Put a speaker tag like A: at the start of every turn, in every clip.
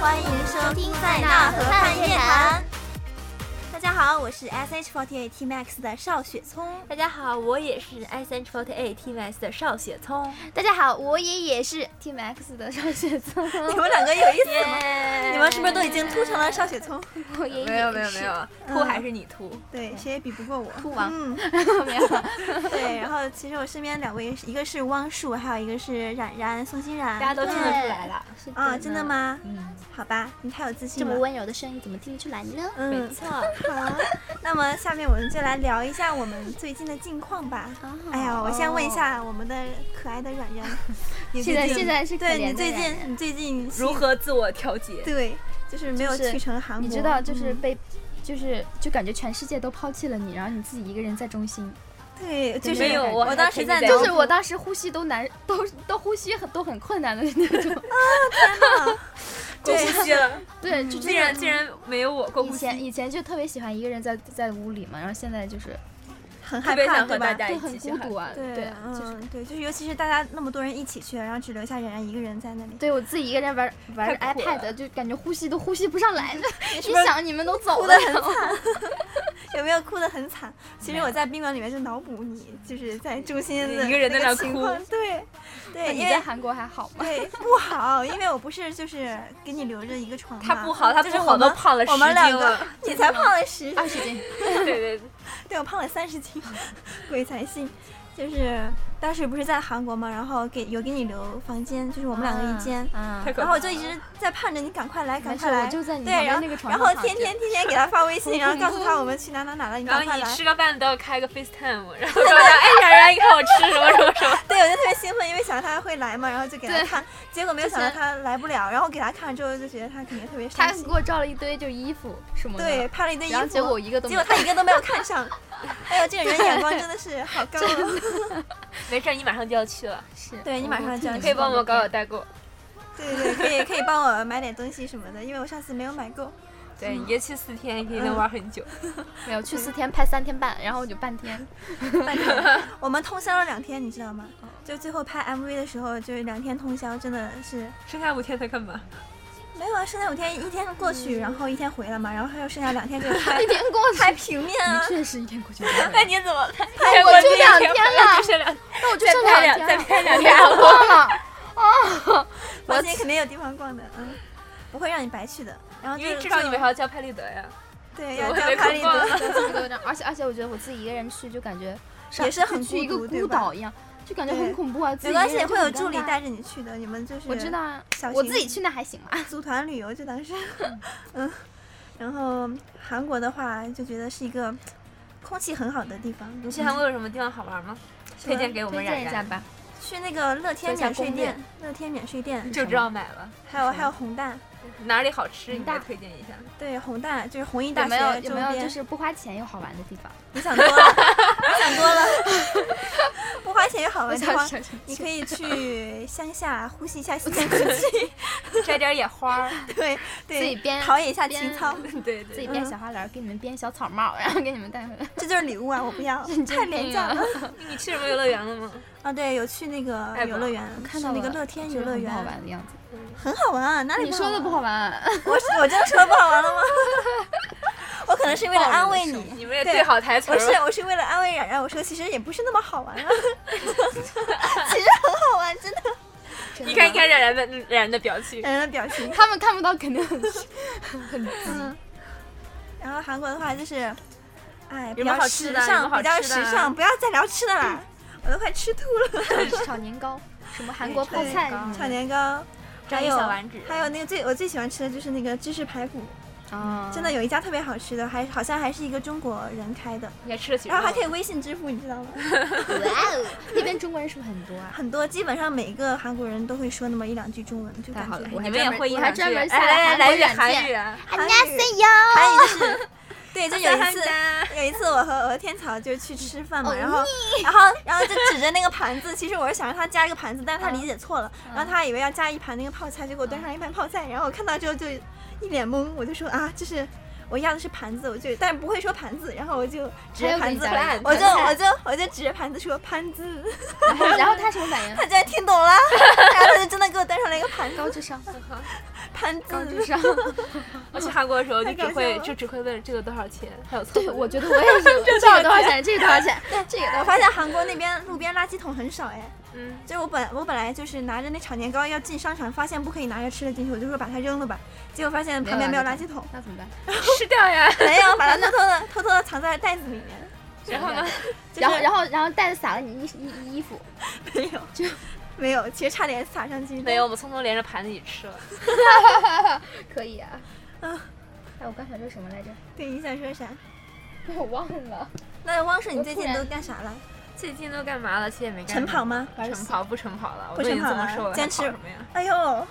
A: 欢迎收听塞纳河畔夜谈。大家好，我是 SH48 T Max 的邵雪聪。
B: 大家好，我也是 SH48 TMS 的邵雪聪。
C: 大家好，我也也是 T Max 的邵雪聪。
A: 你们两个有意思吗你们是不是都已经秃成了邵雪 聪？
C: 我也
B: 没有没有没有，秃还是你秃。
A: 对，谁也比不过我。
C: 秃王
A: 嗯，
C: 没有，
A: 对。然后其实我身边两位，一个是汪树，还有一个是冉冉宋欣冉。
B: 大家都听得出来了，
C: 是
A: 啊，真的？吗？
B: 嗯，
A: 好吧，你太有自信
C: 这
A: 了。
C: 么温柔的声音怎么听得出来呢？
B: 没
A: 嗯，
B: 错。
A: 好。那么下面我们就来聊一下我们最近的近况吧。
C: 啊
A: 哎呀，我先问一下我们的可爱的冉冉，你
C: 现
A: 最
C: 在
A: 近
C: 现在是可
A: 对你
C: 怜的
A: 最
C: 冉
A: 近你最近
B: 如
A: 心
B: 何自我调节？
A: 对，就是没有
C: 就是
A: 去成韩国，
C: 你知道，就是
A: 嗯
C: 被，就是就感觉全世界都抛弃了你，然后你自己一个人在中心。
A: 对，就是
B: 没有我
A: 我当时在
B: 还
A: 脑
B: 然
C: 就
B: 后
C: 是我当 时呼吸都难， 都都呼吸很都很困难的那种。
A: 嗯
B: 过
A: 对
B: 呼吸了，
C: 对，就
B: 竟
C: 这样。
B: 然竟然没有我过
C: 以
B: 呼吸，
C: 前以前就特别喜欢一个人在在屋里嘛，然后现在就是
A: 很害
B: 特别
A: 怕，
B: 想和
A: 对
B: 大
A: 吧？
B: 家
C: 就
B: 一
C: 很
B: 起去
C: 孤独
B: 喊。
C: 啊，
A: 对，
C: 啊，就是
A: 嗯，对，就是尤其是大家那么多人一起去了，然后只留下冉冉一个人在那里，
C: 对我自己一个人玩玩着
B: 太苦了
C: iPad，就感觉呼吸都呼吸不上来了。
A: 是
C: 一
A: 不是
C: 想你们都走
A: 哭
C: 了
A: 得，很惨？有没有哭得很惨？其实
B: 没有
A: 我在宾馆里面就脑补你，就是在中心
B: 一
A: 的
B: 个人在
A: 那
B: 那
A: 个
B: 儿
A: 情
B: 哭
A: 况，对，
C: 那
A: 对，
C: 你
A: 因
C: 在
A: 为
C: 韩国还好 吗？
A: 对哎不好，因为我不是就是给你留着一个床嘛，
B: 他不好，他
A: 啊就
B: 不
A: 是
B: 好
A: 我
B: 都
A: 们
B: 胖了十
A: 我们两
B: 斤
A: 个
B: 了。，
A: 你才胖了十
C: 二十斤，
B: 对对，对
A: 对我胖了三十斤， 鬼才信。就是当时不是在韩国嘛，然后给有给你留房间，就是我
C: 我
A: 们两个一间，
C: 啊
B: 太，可
A: 然后我就一直在盼着你赶快来，赶
C: 没事，
A: 快来。
C: 我就在你旁
A: 对，然
C: 边
A: 后
C: 那个床
A: 然
C: 上
A: 后
C: 躺着
A: 天天天天给他发微信，然后告诉他我们去哪哪哪了，你
B: 然
A: 赶
B: 后
A: 快
B: 你
A: 来。
B: 吃个饭都要开个 FaceTime，然后告诉 他，哎，冉冉，你看我吃什么什么什么。
A: 对，我就特别兴奋，因为想着他会来嘛，然后就给他
C: 对
A: 看，结果没有
C: 之
A: 想到
C: 前
A: 他来不了，然后给他看了之后就觉得他肯定特别伤
C: 他
A: 心
C: 给，我照了一堆就衣服什么的，
A: 对，，拍了一堆衣
C: 然后
A: 服，
C: 结果我一个都没
A: 结果他一个都没有看 上。哎呦，这个人眼光真的是好高啊！
B: 没事儿，你马上就要去了，
C: 是，
A: 对你马上就要
C: 你
A: 去
B: 可以帮我搞搞代购。
A: 对对，可以可以帮我买点东西什么的，因为我上次没有买 够。
B: 对你别去四天，你可以能玩很久。
C: 没有
A: 嗯
C: 去四天拍三天半，然后我就半天，
A: 半天，我们通宵了两天，你知道吗？
B: 哦
A: 就最后拍 MV 的时候，就是两天通宵，真的是
B: 剩下五天在干嘛？
A: 没有啊。剩下五天，一天过去，然后一天回来嘛，然后还有剩下两天就是
B: 哎
A: 拍
C: 一天过去，
A: 拍平面
C: 你
A: 啊。
C: 确实一天过去 没有，
B: 那你 怎么办？
C: 我就两天了
B: 就剩两，
C: 那我就
B: 再
C: 剩
B: 拍
C: 两天
B: 两再
C: 了，
B: 拍两
C: 我
B: 天
C: 都忘了。
A: 房间肯定有地方逛的，嗯，不会让你白去的。然后
B: 因为
A: 就
B: 至少你们
A: 就
B: 还要教拍立得呀。
A: 对 要
B: 我还
A: 叫
B: 没
A: 拍立
B: 逛
A: 得
B: 完，
C: 这么多张，而且而且我觉得我自己一个人去就感觉上
A: 也是很
C: 就去一个
A: 孤独对
C: 孤
A: 吧
C: 岛一样，就感觉
A: 对
C: 很恐怖啊。自己
A: 没
C: 一
A: 关
C: 个
A: 系，
C: 人就
A: 会有
C: 很尴
A: 助理
C: 尬。
A: 带着你去的。你们就是
C: 我知道啊
A: 小，
C: 我
A: 型
C: 自己去那还行吧。啊
A: 组团旅游就当是， 嗯，然后韩国的话就觉得是一个空气很好的地方，
B: 你去韩国有什么地方好玩吗？推荐给我们
C: 推
B: 冉
C: 荐一下
B: 冉，
C: 吧。
A: 嗯去那个乐
C: 做
A: 天
C: 一下
A: 免税
C: 攻略
A: 店，乐天免税店，
C: 嗯
B: 就知道买了。
A: 还有还有宏大，
B: 哪里好吃，你
C: 大
B: 再推荐一下。
A: 对宏大就是弘毅
C: 有
A: 大
C: 没有
A: 学
C: 有
A: 周
C: 没有
A: 边
C: 就，是不花钱又好玩的地方？
A: 你想多了，你想多了，不花钱也好玩，
C: 我
A: 地
C: 想
A: 方，
C: 想想
A: 你可以去乡下呼吸一下新鲜空气，
B: 摘点野花儿，
A: 对
C: 自己
A: 对，
C: 编
A: 陶冶一下情
C: 编
A: 操，
B: 对
C: 自己
B: 对。
C: 编
A: 嗯
C: 小花篮，给你们编小草帽，然后给你们带回来。
A: 这就是礼物啊，我 不要，太廉
C: 啊
A: 价了。
B: 你去什么游乐园了吗？
A: 啊，对，有去那个
B: 爱
A: 游
B: 宝
A: 乐园，
C: 看
A: 去
C: 到
A: 那个
C: 了
A: 乐天
C: 觉
A: 游
C: 得很不
A: 乐园，
C: 好玩的样 子。
A: 很好玩啊，哪里
C: 你说的不
A: 好
C: 好玩，啊
A: 玩？我是我真的说的不好玩了吗？我可能是为了
C: 暴露
A: 安
C: 了
A: 慰
C: 是
A: 你，
B: 你们也
A: 对
B: 对好台词
A: 我是
B: 儿。
A: 我是为了安慰冉冉，我说其实也不是那么好玩啊， 其实很好玩，真的。
C: 真的
B: 你看，你看冉冉的冉冉的表情，
A: 冉冉的表情，
C: 他们看不到，肯定很很
A: 嗯。然后韩国的话就是，哎，比
B: 有没
A: 较
B: 有好吃
A: 时
B: 的有没有
A: 尚，
B: 好
A: 比较
B: 吃的
A: 时尚，不要再聊吃的啦，我都快吃吐了。
C: 炒年糕，什么韩国
B: 对
C: 泡
A: 对
C: 菜
B: 炒
A: 炒年糕，还
B: 粘一
A: 有
B: 小丸子
A: 还有那个最我最喜欢吃的就是那个芝士排骨，
C: 啊，
A: 真的有一家特别好吃的，还好像还是一个中国人开的，
B: 你还吃得起肉
A: 然
B: 吗？
A: 后还可以微信支付，你知道吗？
C: 哇哦， 那边中国人是不是很多啊？
A: 很多基本上每个韩国人都会说那么一两句中文，就
C: 太
A: 感
C: 好了，
A: 觉
C: 我还
B: 你们也
C: 专门
B: 会一
C: 我还
B: 两句
C: 专门下了
B: 哎来来
C: 韩
B: 来
C: 国
B: 一句
C: 软
B: 韩语
C: 件。
B: 啊！
A: 韩语
C: 哟，
A: 韩语就是，对，就有一次
B: 阿三韩
A: 有一次我和鹅天草就去吃饭 嘛，
C: 哦
A: 然后然后然后就指着那个盘子，其实我是想让他加一个盘子，但是
C: 嗯
A: 他理解错了，然后他以为要加一盘那个泡菜，结果端上一盘泡菜，然后我看到之后就一脸懵，我就说啊，这是。我要的是盘子，我就但是不会说盘子，然后我就指着盘子
C: 还有，
A: 我
C: 给你
A: 就
C: 加了
A: 我
C: 一
A: 就我就指着盘子说盘子，
C: 然后然后他什么反应
A: 他？居然听懂了，然后他就真的给我端上了一个盘子，
C: 高智商，
A: 盘
C: 刚
A: 子
C: 智商。
B: 我去韩国的时候就只
A: 太搞笑
B: 会
A: 了
B: 就只会问这个多少钱，还有错
C: 对，
B: 的
C: 我觉得我也是，这个多少钱？这个多少钱？这个多
A: 我
C: 少
A: 发现韩国那边路边垃圾桶很少哎，
B: 嗯
A: 就我本我本来就是拿着那炒年糕要进商场，发现不可以拿着吃的进去，我就说把它扔了吧，结果发现旁边没有垃圾桶，
C: 那怎么办？
B: 吃掉呀，
A: 没有，把它偷偷的偷偷的藏在袋子里面，
B: 然后呢？
A: 就是
C: 然后，然后，然后袋子撒了你衣衣衣服，
A: 没有
C: 就
A: 没有，其实差点撒上去，
B: 没有，我们匆匆连着盘子一起吃了。
C: 可以啊。哎，我刚想说什么来着？
A: 对，你想说啥？
C: 我忘了。
A: 那汪顺，你
C: 我
A: 最
C: 突
A: 近
C: 然
A: 都干啥了？
B: 最近都干嘛了？其实也没干。
A: 晨跑？吗？
C: 玩游
B: 晨
C: 戏
B: 跑不晨跑了，我
A: 不
B: 都已
A: 晨
B: 经
A: 跑
B: 这么瘦
A: 了，
B: 了，
A: 坚
B: 还
A: 持
B: 跑什么呀？。
A: 哎呦，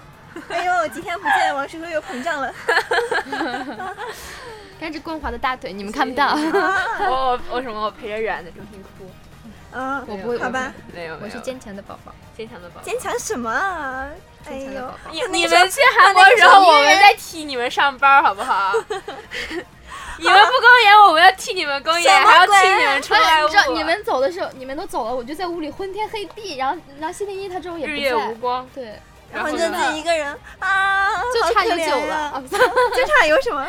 A: 哎呦，几天不见，王师傅又膨胀了。
C: 看这光滑的大腿，你们看不到。
A: 啊
B: 我我什么？我陪着冉在中心哭。
A: 嗯，
C: 我不会
A: 好吧，
B: 没有，
C: 我
B: 没
C: 是
B: 有
C: 坚强的宝宝，
B: 坚强的宝。
A: 坚强什么啊？哎
C: 坚强的
A: 呦
C: 宝，宝。
B: 你
A: 那
B: 你
A: 个
B: 们去韩国的时
C: 那
B: 候，
C: 个
B: 我们在替你们上班，好不好？你们不公演，我们要替你们公
A: 什
B: 演，
A: 么
B: 还要替
A: 鬼
B: 你们出
C: 不是，
B: 来
C: 哎你知道
B: 务
C: 你们走的时候，你们都走了，我就在屋里昏天黑地，然后然后谢天一他这种也
B: 日月无
C: 不在，
B: 光。
C: 对，
A: 然后你就
B: 呢
A: 自己一个人啊，好
C: 就差
A: 可
C: 有
A: 怜
C: 酒了
A: 呀
C: 啊，不是
A: 就差有什么？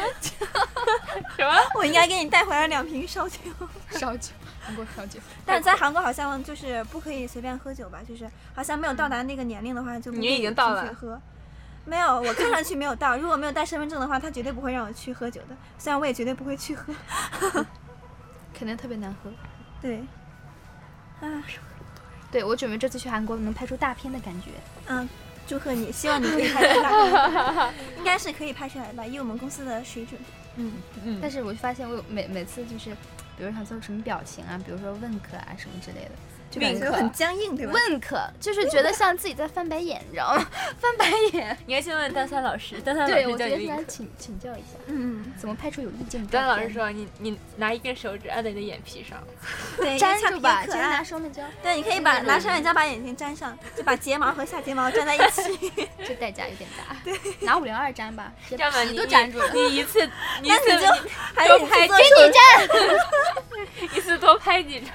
B: 什么？
A: 我应该给你带回来两瓶烧酒。
C: 烧酒，韩国烧酒，
A: 但是在韩国好像就是不可以随便喝酒吧，就是好像没有到达那个年龄的话就不
B: 你
A: 可以
B: 已经到
A: 进
B: 了
A: 去喝。没有，我看上去没有到。如果没有带身份证的话，他绝对不会让我去喝酒的。虽然我也绝对不会去喝。
C: 肯定特别难喝。
A: 对，啊，
C: 对我准备这次去韩国能拍出大片的感觉，
A: 嗯，祝贺你，希望你可以拍出来，应该是可以拍出来的吧？以我们公司的水准，
C: 嗯，
B: 嗯
C: 但是我就发现我有每每次就是，比如想做什么表情啊，比如说问可啊什么之类的，就感
A: 所
C: 觉
A: 以很僵硬，对吧？
C: 问可，就是觉得像自己在翻白眼，你知道吗？翻白 眼。
B: 你该去问丹三老师，丹三老
C: 对，
B: 师
C: 我
B: 叫
C: 觉得
B: 你
C: 应
B: 一
C: 该
B: 个。
C: 请请教一下，
A: 嗯，
C: 怎么拍出有意境的
B: 丹
C: 照
B: 老
C: 片
B: 师说：“你你拿一根手指按在你的眼皮上，
A: 对，
C: 粘嗯
A: 因为
C: 住
A: 橡皮
C: 吧，
A: 很
C: 直
A: 可
C: 接拿
A: 爱。
C: 双面胶，
A: 啊对，你可以把拿双眼胶把眼睛粘上，就把睫毛和下睫毛粘在一起。
C: 这代价有点 大。对，拿五零二粘吧，直
B: 这
C: 接
B: 样吧，
C: 皮
B: 你
C: 都粘住了。
B: 你你一次，你一
A: 那你就
B: 次
A: 还
B: 就
A: 得去
B: 拍
A: 做
B: 给
A: 手术
B: 一次多拍几张。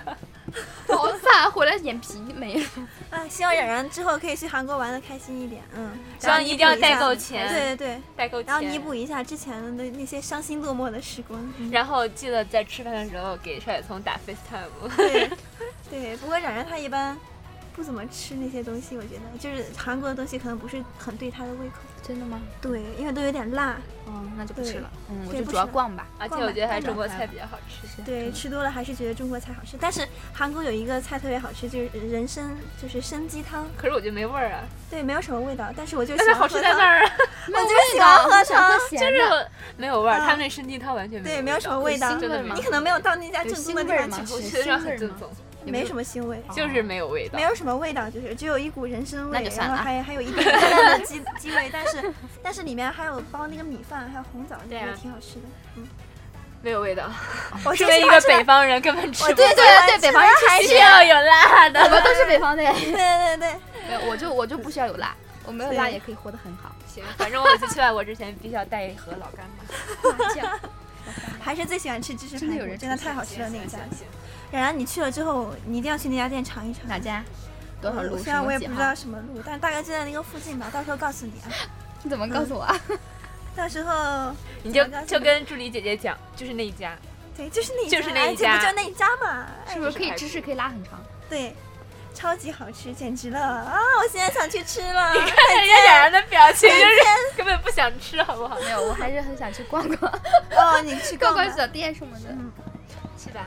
C: 头发回来眼皮没了。
A: 啊，希望冉冉之后可以去韩国玩的开心一点，嗯，
B: 希
A: 然后
B: 望一
A: 弥
B: 定要
A: 补
B: 带
A: 下
B: 够钱
A: 对对对，
B: 代购
A: 然后
B: 钱
A: 弥补一下之前的那那些伤心落寞的时光。 嗯
B: 然后记得在吃饭的时候给帅聪打 FaceTime。
A: 对，对，不过冉冉她一般不怎么吃那些东西，我觉得就是韩国的东西可能不是很对她的胃口。
C: 真的吗？
A: 对，因为都有点辣，
C: 哦，那就不
A: 对
C: 吃了。嗯，我
A: 对
C: 就
A: 不
C: 主要
A: 吃了
C: 逛吧。
B: 而且
A: 逛吧
B: 我觉得还
A: 逛吧
B: 是中国菜比较好吃。
C: 是
A: 对，吃多了还是觉得中国菜好吃。但是韩国有一个菜特别好吃，就是人参，就是参鸡汤，
B: 可是我觉得没味儿啊，
A: 对，没有什么味道，但是我就
B: 但
A: 喜
B: 是
A: 欢
B: 好
A: 喝
B: 吃在
A: 汤
B: 那儿啊，
C: 没
A: 我
C: 有
A: 就
C: 味
A: 喜
C: 道
A: 欢喝
C: 我想
A: 汤
C: 喝
B: 就
C: 咸的。
B: 是没 有味儿。
A: 嗯
B: 他们那参鸡汤完全
A: 对，没
B: 没
A: 有
B: 有
A: 什么味道
C: 腥。
B: 真的吗
A: 你可能没有到那家
C: 有
A: 正宗的
C: 腥
A: 地
C: 味儿
A: 方
C: 吗
A: 去
C: 是
B: 我
A: 吃，
B: 觉得这样很正宗，也
A: 没什么腥味。
B: 就是没有味道
A: 没。有什么味道，就是只有一股人参味
C: 那，就算
A: 然后
C: 了
A: 还还有 一点淡淡的鸡鸡味，但是 但是里面还有包那个米饭，还有红枣，我
B: 对
A: 觉
B: 啊
A: 得挺好吃的。嗯，
B: 没有味道。
A: 我
B: 身
A: 最
B: 为
A: 喜
B: 一
A: 欢
B: 个
A: 吃
B: 北
A: 的，
B: 方人，根本吃
A: 我
B: 不
A: 最
B: 惯
A: 喜欢吃的还
B: 需
A: 是
B: 要有辣
C: 我
B: 的。
C: 们都是北方的呀。
A: 对对对，
C: 啊没有，我就我就不需要有辣，我没有
A: 对
C: 辣也可以活得很 好。
B: 行，反正我每次去外国之前必须要带一盒老干 妈。
C: 这样
A: 还是最喜欢吃芝士
C: 真的
A: 排
C: 有
A: 骨，
C: 人
A: 真的
C: 吃
A: 太好吃了那
B: 行
A: 家。
B: 行行
A: 冉冉，你去了之后，你一定要去那家店尝一尝。
C: 哪家？多少路？
A: 虽然
C: 什
A: 我
C: 么
A: 也
C: 几
A: 不知
C: 号
A: 道什么路，但大概就在那个附近吧，到时候告诉你啊。
C: 你怎么告诉我啊？
A: 到时候
B: 你就
A: 我告诉
B: 就
A: 你
B: 跟助理姐姐讲，就是那一家。
A: 对，就是那一
B: 就是那
A: 哎
B: 一
A: 这不
B: 家
A: 就那一家嘛？哎
C: 是不是可以
B: 还
C: 芝
B: 是
C: 士可以拉很 长？
A: 对，超级好吃，简直了啊！我现在想去吃了。
B: 看人家冉冉的表情，就是根本不想吃，好不好？
C: 没有，我还是很想去逛 逛，
A: 哦，你去
C: 逛
A: 逛吧
C: 逛小店什么的。
A: 嗯
B: 是吧？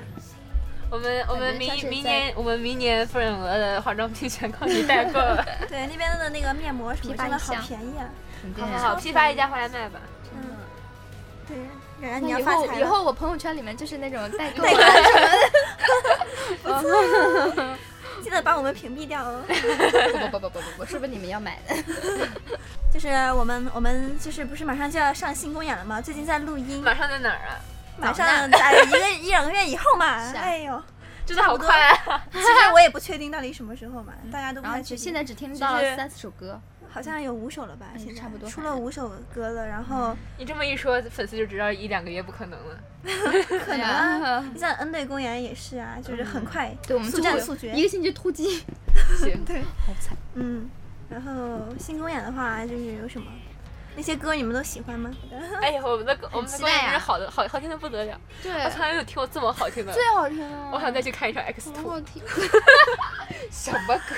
B: 我们我
C: 感
B: 们
C: 觉像
B: 明
C: 是
B: 明
C: 在
B: 年我们明年芙蓉娥的化妆品全靠你代购了，
A: 对，那边的那个面膜什么
C: 批发
A: 真的
C: 一
A: 好
C: 箱
A: 便宜啊！
C: 肯定
B: 好不
C: 啊。
B: 好？批发一家回来卖吧。
A: 嗯，对，冉冉你
C: 那
A: 要
C: 以
A: 发
C: 后
A: 财
C: 以
A: 了。
C: 后我朋友圈里面就是那种代购
A: 代购
C: 啊，
A: 记得把我们屏蔽掉 哦。
C: 不不不不不不，是不是你们要买的？
A: 就是我们我们就是不是马上就要上新公演了吗？最近在录音，
B: 马上在哪儿啊？
A: 马
C: 早呢
A: 上在一个一两个月以后嘛。
C: 是啊
A: 哎呦，
B: 真的好快啊！
A: 其实我也不确定到底什么时候嘛，大家都不
C: 嗯然后
A: 太
C: 就
A: 确定。
C: 现在只听到
A: 就是
C: 了三四首歌，
A: 好像有五首了吧？
C: 嗯
A: 现在
C: 差不多
A: 出了五首歌了，然后
B: 你这么一说，粉丝就知道一两个月不可能 了。
A: 可
C: 对
A: 能啊
C: 呀，
A: 你像 N 队公演也是啊，就是很快
C: 嗯对我们
A: 速
C: 就
A: 战
C: 会
A: 速决
C: 一。个星期突击，
B: 行，
A: 对，
C: 好惨。
A: 嗯，然后新公演的话就是有什么？那些歌你们都喜欢吗？
B: 哎呀，我们的歌我们的
C: 期
B: 歌
C: 待
B: 真是
C: 啊
B: 好的，好好听的不得了。
C: 对
B: 我从来没有听过这么好听的，
C: 最好听了。
B: 我想再去看一场 X
C: 好
B: Two。
C: 好哦听。什么歌？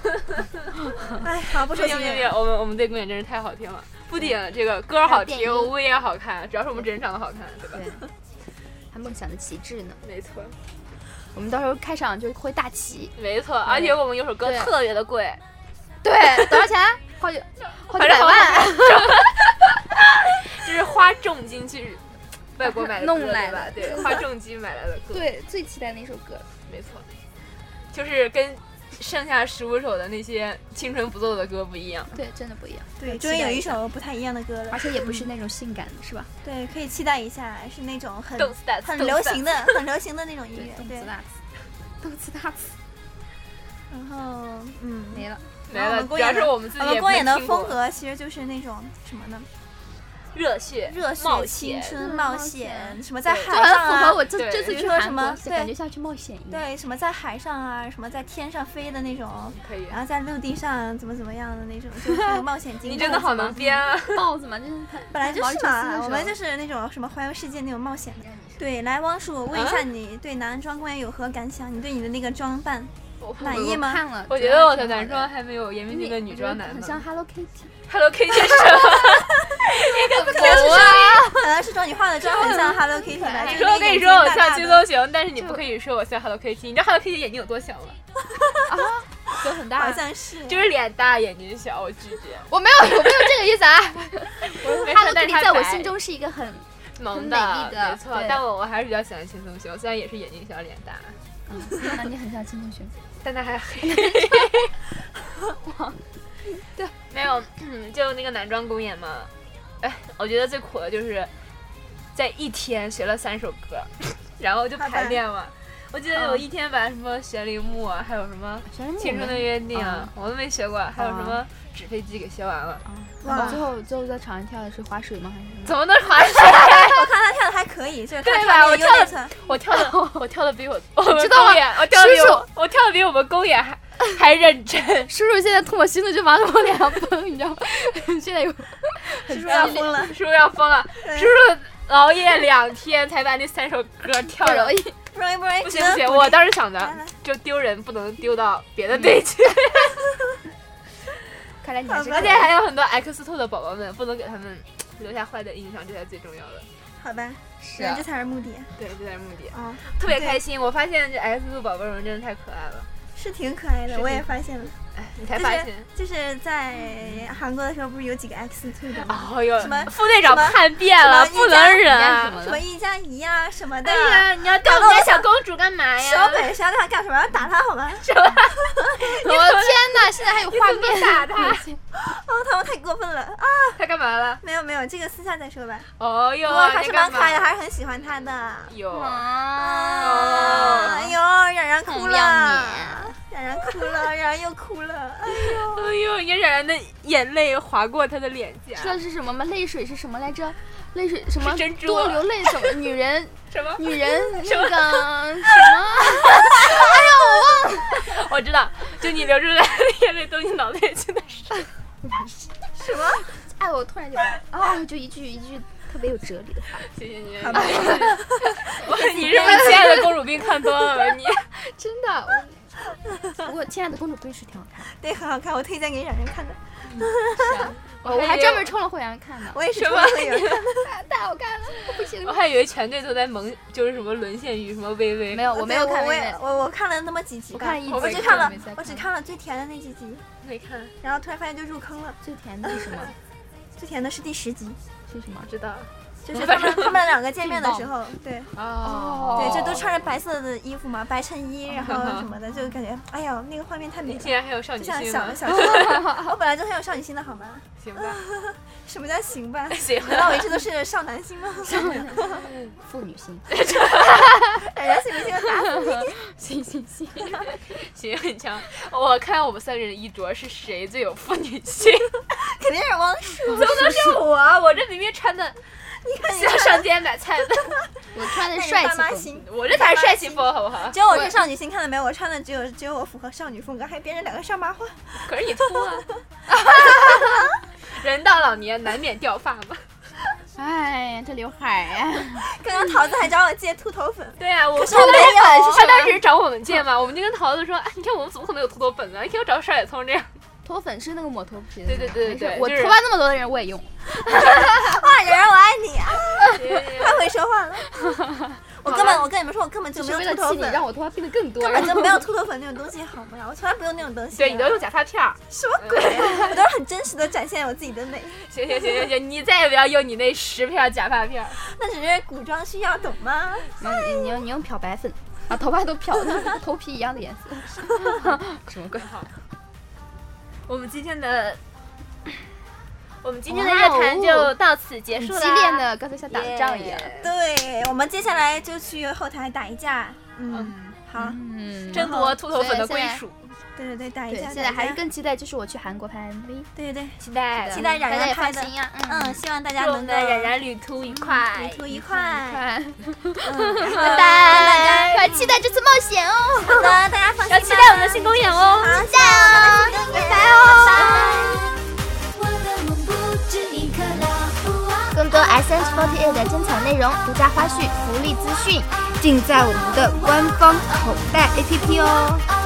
A: 哎，好，不
B: 不
A: 说
B: 行
A: 音
B: 不行
A: 乐
B: 不行，
A: 了。
B: 我们我们这公演真是太好听了，不仅这个歌好
C: 还
B: 听
C: 有电，音
B: 舞也好看，主要是我们真人长得好看，对吧？
C: 对，还梦想的旗帜呢。
B: 没错，
C: 我们到时候开场就会大旗。
B: 没错，而且我们有首歌
C: 对
B: 特别的贵，
C: 对，多少钱？啊好几好几
B: 反正
C: 百万。
B: 就是花重金去 外国买的歌，
C: 弄来
B: 对吧
C: 的？
B: 对，花重金买来的歌，，
C: 对，最期待那首歌。
B: 没错，就是跟剩下十五首的那些青春不奏的歌不一样。
C: 对，真的不一样。
A: 对，
C: 期
A: 终于有
C: 待
A: 一
C: 一下
A: 首不太一样的歌了
C: 而。且也不是那种性感的，是吧？
A: 对，可以期待一下，是那种很
B: 动次打次，
A: 很
B: 动次
A: 流
B: 打
A: 行的、
B: 次。
A: 很流行的那种音乐。
C: 动
A: 对
C: 次，大次，动次大次
A: 然后嗯，
C: 没 了。
B: 没
A: 我
B: 了，
A: 们
B: 主
A: 公
B: 要
A: 演
B: 是
A: 的
B: 我们自
A: 我
B: 己
A: 们
B: 也
A: 公
B: 没
A: 演的
B: 听过
A: 风格其实就是那种什么呢？
B: 热血、
A: 热血、
B: 冒
A: 青
B: 险，
A: 春、
C: 嗯
A: 冒
C: 冒
A: 险，
C: 险
A: 什么在
B: 对
A: 海
C: 就很
A: 上
C: 符合
A: 啊，
C: 我这
B: 对
C: 这次
A: 比
C: 去
A: 如说
C: 韩
A: 什
C: 国
A: 么，
C: 就感
A: 对
C: 觉像去冒险一样。
A: 对，什么在海上啊，什么在天上飞的那种，
B: 可以。啊
A: 然后在陆地上怎么怎么样的 那种，就是那个冒险精。
B: 你真的好能编啊！
C: 豹子嘛，就是它
A: 本来就是嘛，我们就是是那种什么环游世界那种冒险的。对，来汪叔，我问一下
B: 啊
A: 你对男装公园有何感想？你对你的那个装扮
B: 我
A: 满意吗？
C: 看了，
B: 我觉得我的男装还没有严明那个女装难
C: 很
B: 呢。
C: 像 Hello Kitty，
B: Hello Kitty 是什么？
C: 狗啊！
A: 可能是妆你化的妆很 像 Hello Kitty 吧？
B: 你
A: 就是
B: 说
A: 那
B: 我
A: 个
B: 跟
A: 眼
B: 你
A: 睛
B: 说我
A: 大
B: 像
A: 大
B: 金
A: 的。
B: 都行，但是你不可以说我像 Hello Kitty。你知道 Hello Kitty 眼睛有多小吗？
C: 就很
A: 好
C: 大。
A: 像是，
B: 就是脸大眼睛小，我拒绝。
C: 我没有，我没有这个意思啊。
B: 没事
C: Hello Kitty
B: 但是她
C: 在我
B: 白
C: 心中是一个很
B: 萌
C: 很美丽的
B: 没错。
C: 对
B: 但我我还是比较喜欢轻松熊，虽然也是眼睛小脸大，
C: 嗯， 那你很像金钟群。
B: 但 她还黑。对，没有，嗯就那个男装公演嘛。哎，我觉得最苦的就是在一天学了三首歌， 然后就排练嘛。我记得有一天把什么悬铃木啊，还有什么
C: 学生
B: 青春的约定啊，我都没学过，还有什
C: 啊
B: 么纸飞机给学完了，
A: 哇
C: 哇！最后最后在场上跳的是划水吗？还是什么？
B: 怎么能划水？
A: 我看他跳的还可以，就是他
B: 对
A: 跳那个
B: 吧我
A: U
B: 跳得
A: n i
B: 我跳的，我跳的比我 我们
C: 知道
B: 公
C: 了
B: 演，我跳的比
C: 叔叔
B: 我我跳的比我们公演还还认真。
C: 叔叔现在吐我心里就往我脸上喷，你知道吗？ 现在有
A: 叔叔要疯了，
B: 叔叔要疯了，
A: 对
B: 叔叔熬夜两天才把那三首歌跳
C: 不
B: 了
C: 容。易。
A: 不容易不容易，
B: 不
A: 只
B: 行
A: 能
B: 不行，
A: 鼓
B: 我
A: 励
B: 当时想
A: 来来
B: 的就丢人不能丢到别的队去，
C: 看来你还是
A: 好
B: 而
A: 吧
B: 且还有很多 X two 的宝宝们，不能给他们留下坏的印象，这才最重要的。
A: 好吧，
C: 是啊
B: 啊
A: 人这才是目的
B: 对，这才是目的。
A: 啊，
B: 特别
A: 对
B: 开心，我发现这 X two 宝宝们真的太可爱了。
A: 是挺可爱
B: 是
A: 的，
B: 挺
A: 我也发现了，
B: 哎，你才
A: 就
B: 发
A: 是
B: 现。
A: 就是在韩国的时候，不是有几个 X two 的吗？
B: 哦哟
A: 什么，
B: 副队长
A: 什么
B: 叛变了，
A: 什么
B: 哎不
A: 一家
B: 能忍
C: 一家什
B: 啊
C: 么！
A: 什么一加一呀什么的
B: 哎，呀，你要对
A: 搞
B: 我
A: 得
B: 们家
A: 我
B: 小
A: 想
B: 公主干嘛呀？
A: 小本杀他干什么？要打他好 吗？
C: 我的天哪！现在还有画
B: 你
C: 面
B: 怎么打他
A: 哦，他们太过分了啊！
B: 他干嘛了？
A: 没有没有，这个私下再说吧。
B: 哦
A: 不
B: 哟，
A: 过还是
B: 你
A: 蛮
B: 干
A: 可爱的，
B: 嘛
A: 还是很喜欢他的。
B: 有
C: 哦
B: 哦
A: 啊！哎呦，冉冉哭
C: 同
A: 了
C: 样，
A: 冉冉哭 了，冉冉又哭了。哎呦，
B: 哎呦，你冉冉的眼泪划过他的脸颊。
C: 说的是什么吗？泪水是什么来着？泪水什么？
B: 是珍珠
C: 多流泪怎 么？女人，
B: 什么？
C: 女人那个啊什么？
B: 我知道，就你流出来的眼泪都你脑袋去的事。
A: 什么？
C: 哎，我突然就哦，就一句一句特别有哲理的话，
B: 谢谢你，
A: 好吧
B: 我你是不是亲爱的公主病看多了吧？你
C: 真的。啊我不过，亲爱的公主归是挺好看啊的，
A: 对，很好看，我推荐给冉冉看的。
C: 我我还专门充了会员看呢，
A: 我也是
B: 什
A: 冲
B: 么
A: 着有人看的。
C: 太好看了，我不行
B: 我。还以为全队都在蒙，就是什么沦陷于什么微微。
C: 没有，我没有看
A: 我
C: 微
A: 也
C: 微，
A: 我我看了那么几集吧，
C: 我看了一集
A: 我只
B: 我没
A: 看
B: 看
A: 了
C: 没再
A: 我只
C: 看
A: 看了最甜的那几集，
B: 没看，
A: 然后突然发现就入坑了。
C: 最甜的是什么？
A: 最甜的是第十集，
C: 是什么
B: 我？知道。
A: 就是他们他们两个见面的时候，对
B: 哦
A: 对，就都
B: 差。
A: 穿着白色的衣服嘛，白衬衣，然后什么的，就感觉哎呦那个画面太美了。
B: 竟然还有少
A: 就
B: 女
A: 像
B: 心
A: 小
B: 吗？
A: 小时候，我 本来就很有少女心的好吗？
B: 行吧，
A: 什么叫行吧？
B: 行
A: 难道我一直都是少男心吗？
C: 妇女 心，
A: 哎呀，行不行？打死
C: 行
A: 你！
C: 行行，
B: 行，很强。我看我们三个人的衣着是谁最有妇女 心？
A: 肯定是汪叔。
B: 啊怎么能是我？我这明明穿的
A: 你看你
B: 像
A: 看，
B: 上街买菜的。
C: 我我穿的
A: 那你
C: 帅
A: 爸
C: 气
A: 妈
C: 风。
A: 行。
B: 我这才是帅气风，好不啊 好？
A: 只有我是少女心，看到没有？我穿的只有只有我符合少女风格，还编着两个上麻花。
B: 可是你秃啊！ 人到老年难免掉发嘛。
C: 哎呀，这刘海呀、
A: 刚刚桃子还找我借秃头粉，
B: 对啊，我
A: 可是我没有。
B: 他当时找我们借嘛，我们就跟桃子说，哎，你看我们怎么可能有秃头粉啊呢？你看我找帅小葱这 样，
C: 脱粉是那个抹头皮的。
B: 对对
C: 没
B: 对对
C: 事
B: 对
C: 我
B: 就是
C: 头发那么多的人我也用。
A: 哇，圆圆我爱 你啊！太会说话了。我根本，我跟你们说，我根本就
C: 就
A: 没
C: 是
A: 有
C: 为了
A: 秃头
C: 气你，让
A: 粉，
C: 我头发变得更多。
A: 根
C: 然
A: 本
C: 后
A: 就没有秃头粉那种东西，好吗？我从来不用那种东西。
B: 对你都用假发片儿。
A: 什么鬼？ 我都是很真实的展现我自己的美，
B: 行行行行行，你再也不要用你那十片儿假发片儿。
A: 那只是古装需要，懂吗？
C: 你你用你用漂白粉，把头发都漂的头皮一样的颜色。什么鬼？
B: 我们今天的。我们今天的热谈
C: 哇
B: 就
C: 哦
B: 到此结
C: 很
B: 束
C: 激
B: 了，
C: 烈的，啊刚才像打仗一样。
B: Yeah
A: 对，我们接下来就去后台打一架。嗯，
B: 嗯，
A: 好，
C: 嗯
B: 争夺秃头粉的归属，
A: 对对对，打一
C: 对，
A: 架。
C: 现在还是
A: 跟
C: 更期待，就是我去韩国拍 MV，
A: 对对，
B: 期待
A: 期待冉
C: 大家
A: 冉
C: 也
A: 拍
C: 放
A: 的。
C: 心啊呀。
A: 嗯，，希望大家
B: 祝我
A: 能
B: 们
A: 够
B: 的冉冉旅途愉快，
A: 旅途愉快。
C: 快
A: 嗯，
C: 拜拜，
A: 拜拜
C: 快期待这次冒险哦，
A: 好的，大家放心吧。
B: 要期待我们的新公演哦。
A: 好，期待哦，拜拜哦。
D: 我的梦不止一颗老虎啊！
E: 更多 SS48 的精彩内容、独家花絮、福利资讯，尽在我们的官方口袋 APP 哦。
D: 哦啊啊